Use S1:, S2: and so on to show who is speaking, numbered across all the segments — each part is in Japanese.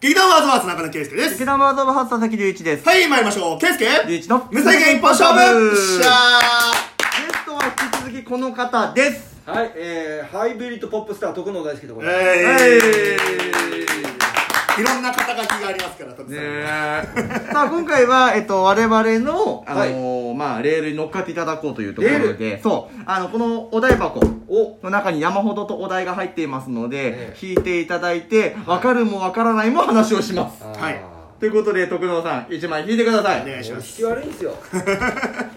S1: 劇団ワードワーツ中野圭介です
S2: 劇団ワードオブハーツ佐々木隆一です。
S1: はい参りましょう圭介
S2: 隆一の
S1: 無制限一本勝負
S2: よ
S1: よっ
S2: っ
S1: し
S2: し
S1: ゃ
S2: ゃ
S1: ー
S2: ーゲストは引き続きこの方です。
S3: はい、えー、ハイブリッドポップスター徳野大輔でございます。
S1: え
S2: え
S1: いろんな肩書きがありますから徳
S2: ね
S1: さん、
S2: え。 さあ、今回は、えっと、我々の、あのーまあ、レールに乗っかっていただこうというところ
S3: レ
S2: で、そう、あの、このお題箱
S3: お
S2: の中に山ほどとお題が入っていますので
S3: え、
S2: 引いていただいて、わかるもわからないも話をします。
S1: はい
S2: ということで、徳野さん、1枚引いてくださ
S1: お願い
S2: い。
S1: し
S3: 引
S1: ます
S3: き悪いんですよ。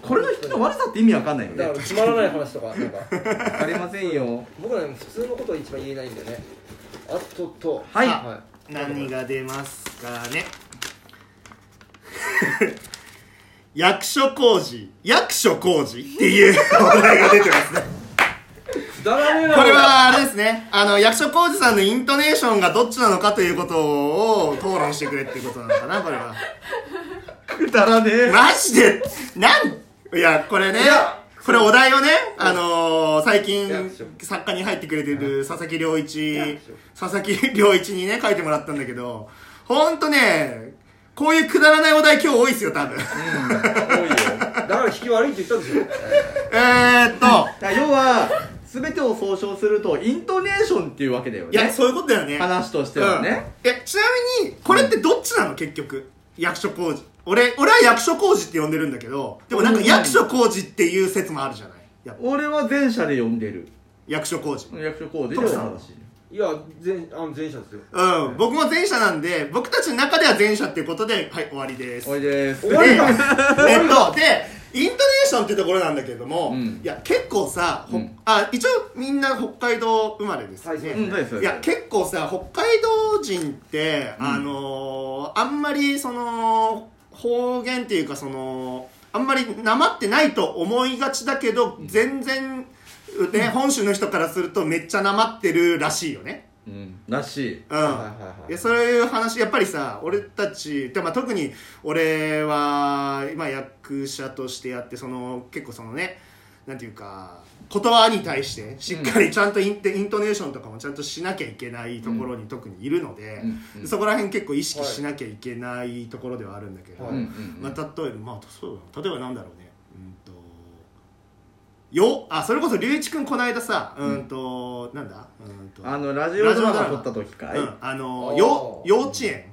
S2: これの引きの悪さって意味わかんないよ
S3: だ
S2: ね
S3: から。つまらない話とか、なんか、
S2: わかりませんよ。
S3: 僕らね、普通のことは一番言えないんだよね。あっとっと。
S2: はい
S3: は
S1: 何が出ますかね 役所工事役所工事っていうお題が出てますね
S3: い。くだらねえな。
S1: これ。はあれですねあの役所広司さんのイントネーションがどっちなのかということを討論してくれっていうことなのかなこれは
S2: くだらねえ。
S1: マジでなんいやこれね
S3: いや
S1: これお題をね、あのー最近
S3: 役所
S1: 作家に入ってくれてる佐々木良一
S3: 役
S1: 佐々木良一にね書いてもらったんだけどほんとねこういうくだらないお題今日多いっすよ多分
S2: 多いよ。
S3: だから引き悪いって言ったんですよ。
S1: えーっと
S2: だから要は全てを総称するとイントネーションっていうわけだよ
S1: いや
S2: ね
S1: そういうことだよね
S2: 話としてはね、
S1: うん、えちなみにこれってどっちなの結局役所工事俺俺は役所工事って呼んでるんだけどでもなんか
S2: うん
S1: 役所工事っていう説もあるじゃないやっぱ
S2: 俺は前者で呼んでる
S1: 役所工事
S2: 役所工事では正しい
S3: いや、全、あの、前者ですよ。
S1: うん僕も前者なんで僕たちの中では前者っていうことではい終わりです
S2: おいです
S3: 終わりか。
S1: えっとでイントネーションっていうところなんだけれども、
S2: うん
S1: いや結構さ、ほ
S2: うん
S1: あ一応みんな北海道生まれですよね、
S3: はい
S2: うんそうですそう
S1: い
S2: です
S1: や結構さ北海道人って、
S2: うん
S1: あのーあんまりその方言っていうかそのあんまりなまってないと思いがちだけど全然、ね本州の人からするとめっちゃなまってるらしいよね
S2: うんらしい
S1: うん、
S3: はいはいはい
S1: いやそういう話やっぱりさ俺たちで、まあ、特に俺は今役者としてやってその結構そのねなんていうか言葉に対してしっかりちゃんとイン,、イントネーションとかもちゃんとしなきゃいけないところに特にいるので、
S2: うんうん
S1: そこら辺結構意識しなきゃいけないところではあるんだけど、
S3: は
S2: うん
S3: い
S2: うんう
S1: ま
S2: ん
S1: あ、例えば、まあ、そうだな例えばなんだろうねうんとよあそれこそ龍一君この間さうんと、なんだうんと
S2: あのラジオドラマ撮った時かい、
S1: うん、あの
S3: あー
S1: よ幼稚園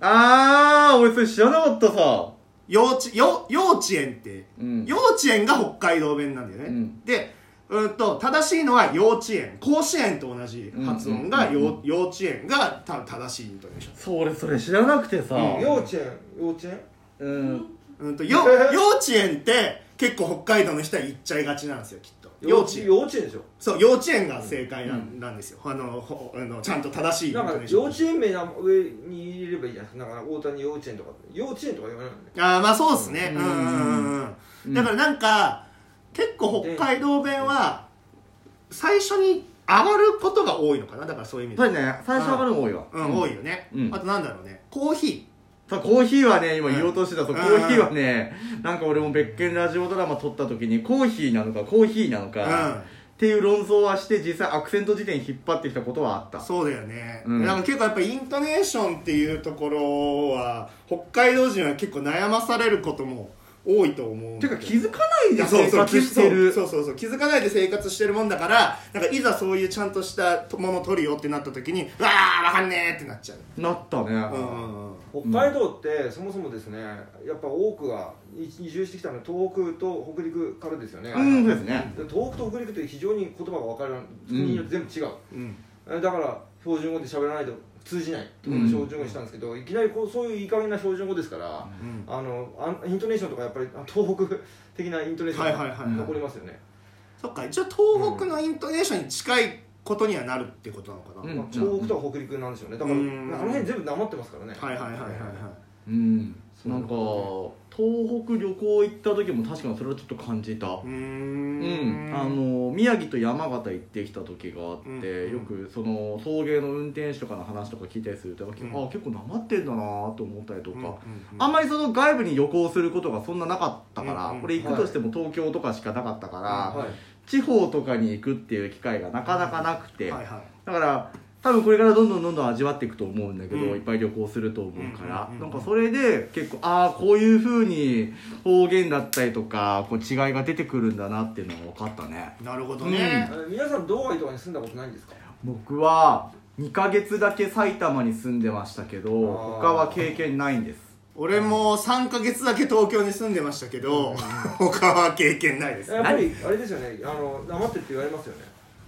S2: あー俺それ知らなかったさ
S1: 幼稚よ幼稚園って、
S2: うん
S1: 幼稚園が北海道弁なんだよね、
S2: うん
S1: でうんと正しいのは幼稚園甲子園と同じ発音が、
S2: うんうんうん
S1: よ幼稚園がた正しいイントネーション
S2: そう俺それ知らなくてさ
S1: うん
S3: 幼稚園、幼稚園
S2: うん
S1: うんとよ 幼稚園って結構北海道の人は言っちゃいがちなんですよきっと幼稚園
S3: 幼稚園でしょ。
S1: そう幼稚園が正解なん,、なんですよあのほあのちゃんと正しいイント
S3: なん
S1: ネ
S3: か
S1: ーション
S3: 幼稚園名な上に入れればいいじゃないですか。なんか大谷幼稚園とか、幼稚園とか言わないのね。
S1: ああまあそうですねう
S2: うんん
S1: うんうんう
S2: うんん
S1: だからなんか結構北海道弁は最初に上がることが多いのかなだからそういう意味
S2: そ
S1: で
S2: れね最初上がるの多いわ
S1: うん多いよね
S2: うん
S1: あとなんだろうねコーヒ
S2: さコーヒーはね今言おうとしてた、そう
S1: うん
S2: コーヒーはねなんか俺も別件ラジオドラマ撮った時にコーヒーなのかコーヒーな
S1: ー
S2: のか、
S1: うん
S2: っていう論争はして実際アクセント辞典引っ張ってきたことはあった
S1: そうだよね
S2: うん
S1: なんか結構やっぱイントネーションっていうところは北海道人は結構悩まされることも多いと思うん
S2: て
S1: だ
S2: いう
S1: けど
S2: か気づかない
S1: い
S2: で
S1: やそう
S2: 生
S1: そう気
S2: 活
S1: づ
S2: してる
S1: そうそうそうそう気づかないで生活してるもんだからなんかいざそういうちゃんとしたもの取るよってなった時にうわあわかんねえってなっちゃう
S2: なったね、
S3: 北海道ってそもそもですね、やっぱ多くが移移住してきたのは東北と北陸からですよね、
S2: うんそうですね
S3: で東北と北陸って非常に言葉が分からん国によって全部違う、
S1: うん
S3: えだから標準語で喋らないと通じないってこと
S2: うん
S3: で標準語にしたんですけど、いきなりこうそういういい加減な標準語ですから、
S1: うん
S3: あのあんイントネーションとかやっぱりあ東北的なイントネーシ
S1: はいはいはい
S3: ョ
S1: は
S3: ン
S1: い
S3: が残りますよね、
S1: そっか一応東北のイントネーションに近いことにはなるってことなのかな、
S2: うん
S3: まあ東北とは北陸なんでしょうねだから、
S1: うん
S3: あの辺全部なまってますからね、
S1: はいはいはいはいはい
S2: うん
S3: う
S2: なんか東北旅行行った時も確かにそれはちょっと感じた
S1: うー
S2: うんん、あの宮城と山形行ってきた時があって、
S1: うん
S2: よくその送迎の運転手とかの話とか聞いたりすると、
S1: ん
S2: あ結構なまってんだなと思ったりとか、
S1: うんうんうん
S2: あんまりその外部に旅行することがそんななかったから、
S1: うんうん
S2: これ行くとしても東京とかしかなかったから、
S3: はい
S2: 地方とかに行くっていう機会がなかなかなくて、
S1: はいはい
S2: だから多分これからどんどんどんどん味わっていくと思うんだけど、
S1: うん
S2: いっぱい旅行すると思うから、
S1: うんうんうんうん
S2: なんかそれで結構ああこういうふうに方言だったりとかこう違いが出てくるんだなっていうのが分かったね
S1: なるほどね、
S3: え皆さんドバイとかに住んだことないんですか
S2: 僕は2ヶ月だけ埼玉に住んでましたけど
S3: あー
S2: 他は経験ないんです
S1: 俺も3か月だけ東京に住んでましたけど、他は経験ないです、
S3: やっぱりあれですよねあの黙ってって言われますよね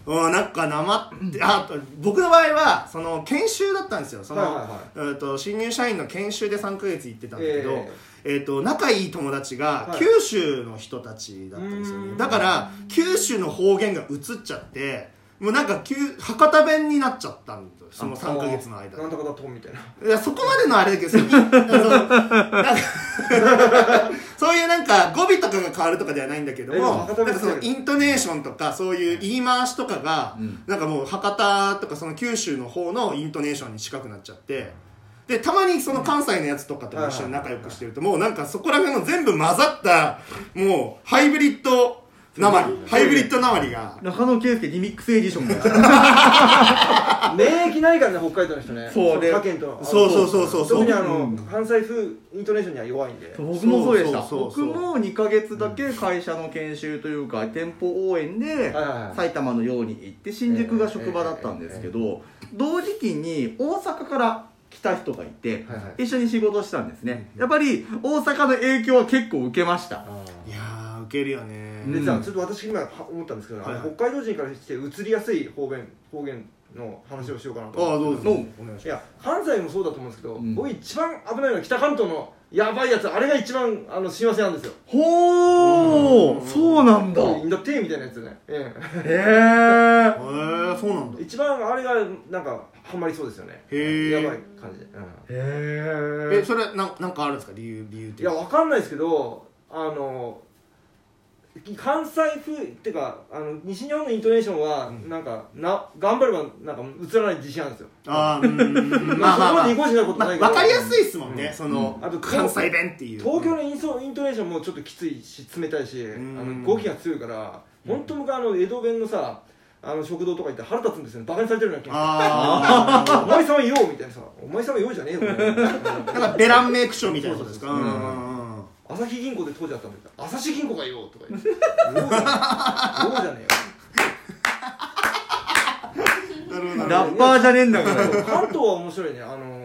S1: うん、なんかなまってあ僕の場合はその研修だったんですよその、
S3: はいはい
S1: えーと新入社員の研修で3か月行ってたんだけど、
S3: え
S1: えーと仲いい友達が
S3: はい
S1: 九州の人たちだったんですよね、
S3: うん
S1: だから九州の方言が移っちゃってもうなんか九博多弁になっちゃったんですよその3か月の間で
S3: なんとかだとみたいない
S1: やそこまでのあれだけどその あのなんかそういうなんか語尾とかが変わるとかではないんだけど
S3: えでも
S1: も
S3: 博
S1: なん
S3: 多弁
S1: かそのイントネーションとかそういう言い回しとかが、
S2: うん
S1: なんかもう博多とかその九州の方のイントネーションに近くなっちゃってでたまにその関西のやつとかと一緒に仲良くしてるともうなんかそこら辺の全部混ざったもうハイブリッドなまりハイブリッドなまりが
S2: 中野圭介リミックスエディションだよ
S3: 免疫ないからね北海道の人ね
S2: そうで
S3: 他県との
S1: そうそうそうそうそう
S3: 特にあの、
S2: うん
S3: 関西風イントネーションには弱いんで
S2: 僕もそうでした
S1: そうそうそうそう
S2: 僕も2ヶ月だけ会社の研修というか店舗応援で
S3: はいはいはい
S2: 埼玉のように行って新宿が職場だったんですけど同時期に大阪から来た人がいて
S3: はいはい
S2: 一緒に仕事したんですねやっぱり大阪の影響は結構受けました
S1: いやーウケるよね
S2: うん
S3: でさちょっと私今は思ったんですけど、
S1: はいはい
S3: 北海道人からして移りやすい方言方言の話をしようかな
S1: ああ
S3: と
S1: どうぞ
S2: ど
S1: お
S2: う
S1: 願いします
S3: いや関西もそうだと思うんですけど、
S2: うん
S3: 僕一番危ないのは北関東のやばいやつあれが一番あの幸せなんですよ
S2: ほ
S1: う
S2: ー
S1: ん
S2: そうなんだへ
S3: だってみたいなやつね、え
S1: へ
S2: え
S1: えそうなんだ
S3: え、一番あれがなんかハマりそうですよね
S1: へえ
S3: やばい感じで、うん
S2: へ
S1: え
S2: え
S1: それなんなんかあるんですか理由理由って
S3: いやわかんないですけどあの関西風っていうかあの西日本のイントネーションは、
S1: うん
S3: なんかな頑張ればなんか映らない自信あるんですよ
S1: ああうんうんうん まあまあま
S3: そこまで
S1: あ
S3: 意固地なこと
S1: ま
S3: ないけど、
S1: 分かりやすいですもんね、
S3: うん
S1: その、
S3: うんあと
S1: 関西弁っていう
S3: 東京のインソイントネーションもちょっときついし冷たいし、
S1: ん
S3: あの語気が強いから本当僕あの江戸弁のさあの食堂とか行って腹立つんですよねバカにされてるような気が
S1: あ
S3: お前さんはようみたいなさお前さんはようじゃねえよみたいな
S1: あなんかベランメイクションみたいなことですか
S3: そううそ
S1: ん
S3: う
S1: う
S3: そうん
S1: うん
S3: 朝日銀行で当時あったんだけど朝日銀行がよとか 言ってようじゃね
S1: なるほどなる
S2: ラッパーじゃねえんだか
S3: えよ
S2: ら
S3: でも関東は面白いねあのー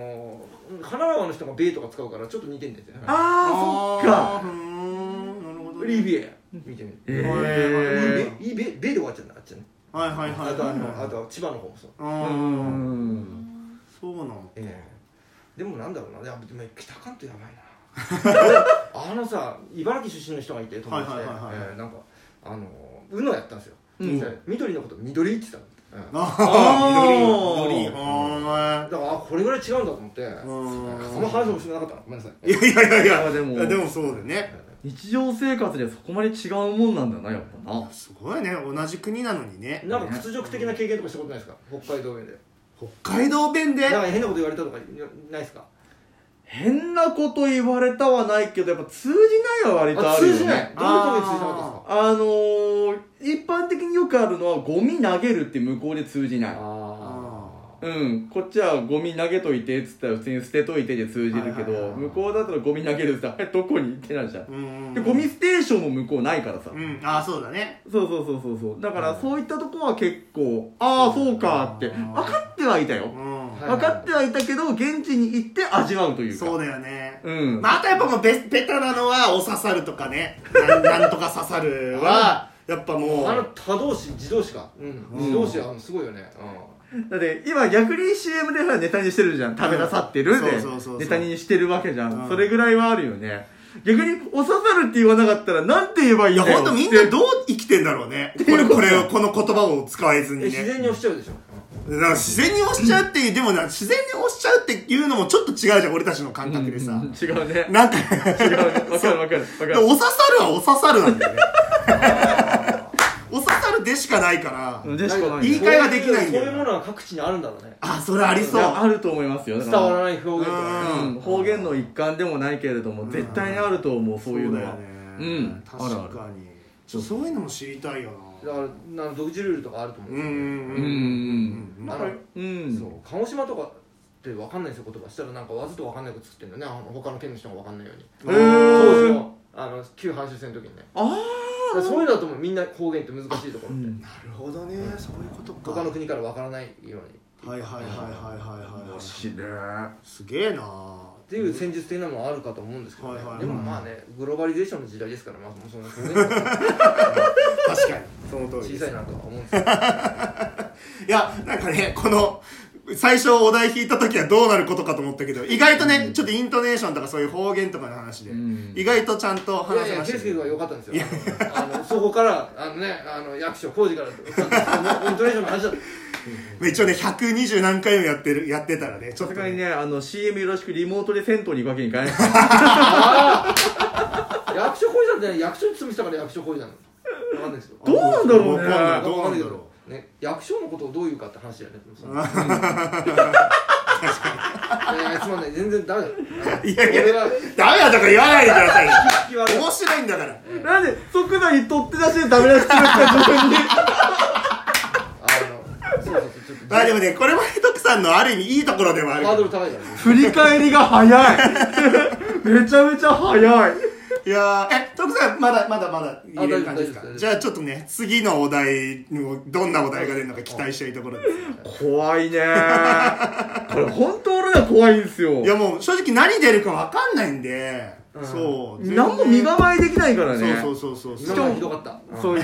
S3: 神奈川の人がベイとか使うからちょっと似てんだよね
S2: あーそっか
S1: あーうーんなるほど
S3: リビエ見てみる
S2: へ
S3: リ
S1: へ
S2: え
S1: ー
S3: ベイリベイベイで終わっちゃうんだあっちはね
S1: はいはいはい
S3: あとあのあ
S1: あ
S3: とは千葉の方もそう
S1: うんそうなの
S3: ええでもなんだろうないやでも北関東やばいな あのさ茨城出身の人がいて友達で
S1: はいはいはいはい
S3: ええなんかあのうのやったんですよ、
S2: うん
S3: で緑のこと緑って言ってたの、うん
S1: あ
S2: あ
S1: あ
S2: ー
S1: 緑緑あ
S3: だからあこれぐらい違うんだと思って
S1: ん
S3: その話もしてなかったのごめんなさい
S1: ーいやいやいやいや
S2: あでも
S1: でもそうだよね
S2: 日常生活でそこまで違うもんなんだなやっぱな
S1: すごいね同じ国なのにね
S3: なんか屈辱的な経験とかしたことないですか北海道弁で
S1: 北海道弁で
S3: なんか変なこと言われたとかないですか
S2: 変なこと言われたはないけどやっぱ通じないは割と
S3: あ
S2: あるよ
S3: 通
S2: ね
S3: じないどういうとこに通じなかったですか
S2: あのー、一般的によくあるのはゴミ投げるって向こうで通じない
S1: あ
S2: うんこっちはゴミ投げといてっつったら普通に捨てといてで通じるけ
S1: はいは
S2: ど、
S1: いはいはい
S2: 向こうだったらゴミ投げるってさえどこにってなるじゃん、
S1: うん
S2: でゴミステーションも向こうないからさ、
S1: うんああそうだね
S2: そうそうそうそうそうだか
S3: う
S2: ら
S3: ん
S2: そういったとこは結構ああそうかって
S1: うん
S2: 分かってはいたよ、
S1: うん
S3: はい
S2: 分かってはいたけど現地に行って味わうというか
S1: そうだよね
S2: うん、
S1: まあ、あとやっぱもうベベタなのは「お刺さる」とかね「なん なんとか刺さるは」やっぱも
S3: あの
S1: う
S3: 他動詞自動詞か、うん、
S1: うん
S3: 自動詞はすごいよね、うん
S2: だって今逆に CM でさネタにしてるじゃん食べなさってるで
S1: そうそうそうそう
S2: ネタにしてるわけじゃん、
S1: うん
S2: それぐらいはあるよね逆に「お刺さる」って言わなかったらなんて言えばいい
S1: い
S2: ん
S1: や
S2: だよ
S1: ほんとみん
S2: っ
S1: な
S2: て
S1: どう生きてんだろうねこれこれをこの言葉を使えずにね
S3: え自然に押しちゃうでしょ、
S1: だから自然に押しちゃうっていうでもな自然に押しちゃうっていうのもちょっと違うじゃん俺たちの感覚でさ、
S2: うん違うね
S1: なんか
S2: 違うねわかるわかるわか
S1: で
S2: る
S1: お刺さるはお刺さるなんだよねお刺さるでしかないから、
S2: うんでしかない
S1: 言い換えができないんだよ
S3: そういうものは各地にあるんだろうね
S1: あそれあり
S2: い
S1: そう
S2: やあると思いますよ
S3: 伝わら
S2: い、
S3: ない表現とかね、
S2: うん、方言の一環でもないけれども、絶対にあると思うそういうのは
S1: だよね、
S2: うん
S1: 確かに
S2: あるある
S1: ちょそういうのも知りたいよな
S3: だからなんか独自ルールとかあると思う
S1: う
S3: んですよね
S1: ん
S2: うん
S1: うん
S3: な
S1: なんん
S3: か
S1: か
S2: うん
S3: そう鹿児島とかって分かんないんですよ言葉したらなんかわざと分かんないこと作ってんだよねあの他の県の人が分かんないよう
S2: へ
S3: に
S2: ー
S3: 当時のあの旧阪神戦の時にね
S2: あ
S3: だからそういうのだと思うみんな方言って難しいとこ
S2: う
S3: ろって、
S2: ん
S1: なるほどねそういうことか
S3: 他の国から分からないように
S1: はいはいはいはいはいはい
S2: 白い
S1: すげえな
S3: っていう戦術的なのもあるかと思うんですけど、ね
S1: はいはいはい
S3: でもまあねグローバリゼーションの時代ですからまあそのその方言が
S1: 確かにその通りで
S3: 小さ
S1: す
S3: いなとは思うんですけど
S1: いやなんかねこの最初お題引いた時はどうなることかと思ったけど意外とねちょっとイントネーションとかそういう方言とかの話で
S2: うん
S1: 意外とちゃんと
S3: いや
S1: 話
S3: い
S1: せ
S3: や、
S1: ま
S3: 圭
S1: した
S3: 介
S1: ね
S3: 君は良かったんですよ。あの、そこから、あのね、あの、役所、工事から、イントネーションの話だった。
S1: まあ一応ね120何回もやってるやってたらねちょ
S2: さ
S1: っ
S2: す
S1: と
S2: がに
S1: ね
S2: ねあの CM よろしくリモートで銭湯に行くわけにいかない
S3: 役所工事なんて、役所に勤めてたから役所工事なの。分かんないですよ。
S2: どうなんだろうね
S1: わかんない
S3: 分
S1: どう
S3: か
S1: なん
S3: ない
S1: んだ
S3: け
S1: ろう
S3: どね、役所のことをどう言うかって話だ よね。そのいやいやつまんない、全然ダメだよ。
S1: いやいや
S3: 俺は、
S1: ダメだとか言わないでくださいよ
S3: 聞き悪い。
S1: 面白いんだから
S2: なんで即座に取って出しでダメ出しするんですか自 分に
S3: あの、そうそうそう、ちょっと。
S1: まあでもねこれもね徳さんのある意味いいところでもある
S3: ハードル高いからね。
S2: 振り返りが早いめちゃめちゃ早い
S1: いやーえ徳さんまだまだまだ入れる感じです
S3: あ
S1: か
S3: 大丈夫です
S1: じゃあちょっとね次のお題にもどんなお題が出るのか期待したいところです
S2: 怖いねこれ本当俺ら怖いんですよ
S1: いやもう正直何出るかわかんないんで、
S3: うん
S1: そう
S2: 何も身構えできないからね
S1: そうそうそうそう
S3: 今
S1: そう
S3: までひどかった。
S2: そうそう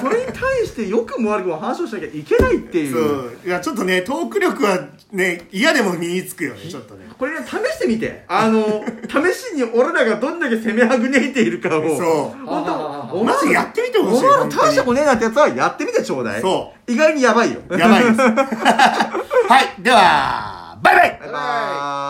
S2: それに対してよくも悪くも話をしなきゃいけないっていう
S1: そういやちょっとねトーク力はね嫌でも身につくよねちょっとね
S2: これね試してみてあの試しに俺らがどんだけ攻めあぐねいているかを
S1: そ
S2: 本
S3: あー
S2: 当
S1: うマジやってみて
S2: お
S1: ほしい
S2: 前ら
S1: 本当
S2: 大し
S1: に
S2: たことねえなってやつはやってみてちょうだい
S1: そう
S2: 意 外にやばいよ
S1: やばいですはいではバイバイ
S2: バイバイ